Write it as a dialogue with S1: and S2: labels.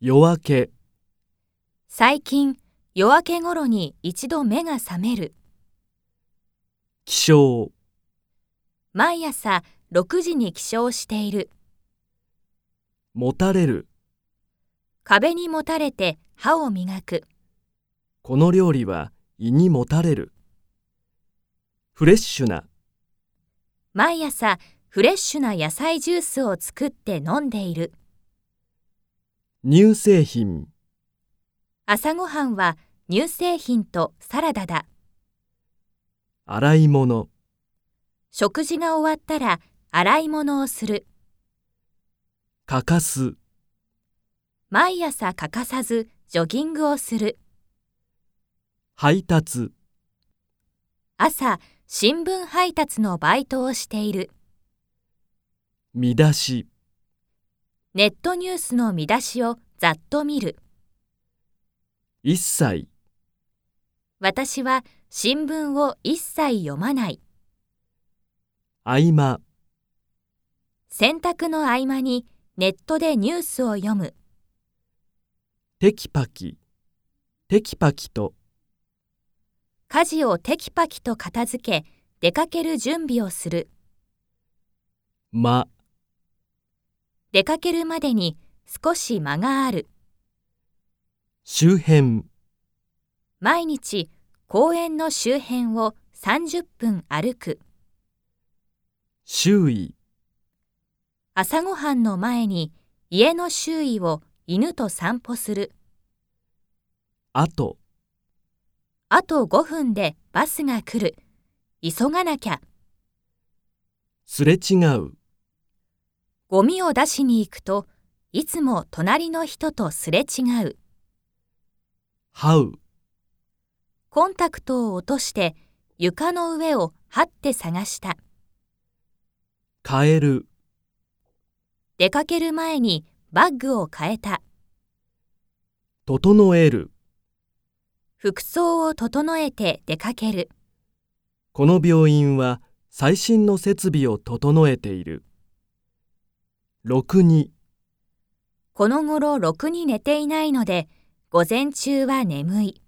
S1: 夜明け、
S2: 最近夜明け頃に一度目が覚める
S1: 起床、
S2: 毎朝6時に起床している
S1: もたれる。
S2: 壁にもたれて歯を磨く
S1: この料理は胃にもたれる。フレッシュな、
S2: 毎朝フレッシュな野菜ジュースを作って飲んでいる
S1: 乳製品、
S2: 朝ごはんは乳製品とサラダだ
S1: 洗い物、
S2: 食事が終わったら洗い物をする
S1: 欠かす、
S2: 毎朝欠かさずジョギングをする
S1: 配達、
S2: 朝新聞配達のバイトをしている
S1: 見出し、
S2: ネットニュースの見出しをざっと見る
S1: 一切、
S2: 私は新聞を一切読まない
S1: 合間、
S2: 洗濯の合間にネットでニュースを読む
S1: テキパキ、テキパキと
S2: 家事をテキパキと片付け出かける準備をする
S1: 間、
S2: 出かけるまでに少し間がある
S1: 周辺、
S2: 毎日公園の周辺を30分歩く
S1: 周囲、
S2: 朝ごはんの前に家の周囲を犬と散歩する
S1: 後、
S2: あと5分でバスが来る急がなきゃ
S1: すれ違う、
S2: ゴミを出しに行くといつも隣の人とすれ違う
S1: 這う、
S2: コンタクトを落として床の上を這って探した
S1: 変える、
S2: 出かける前にバッグを変えた
S1: 整える。
S2: 服装を整えて出かける
S1: この病院は最新の設備を整えている。62
S2: この頃ろくに寝ていないので午前中は眠い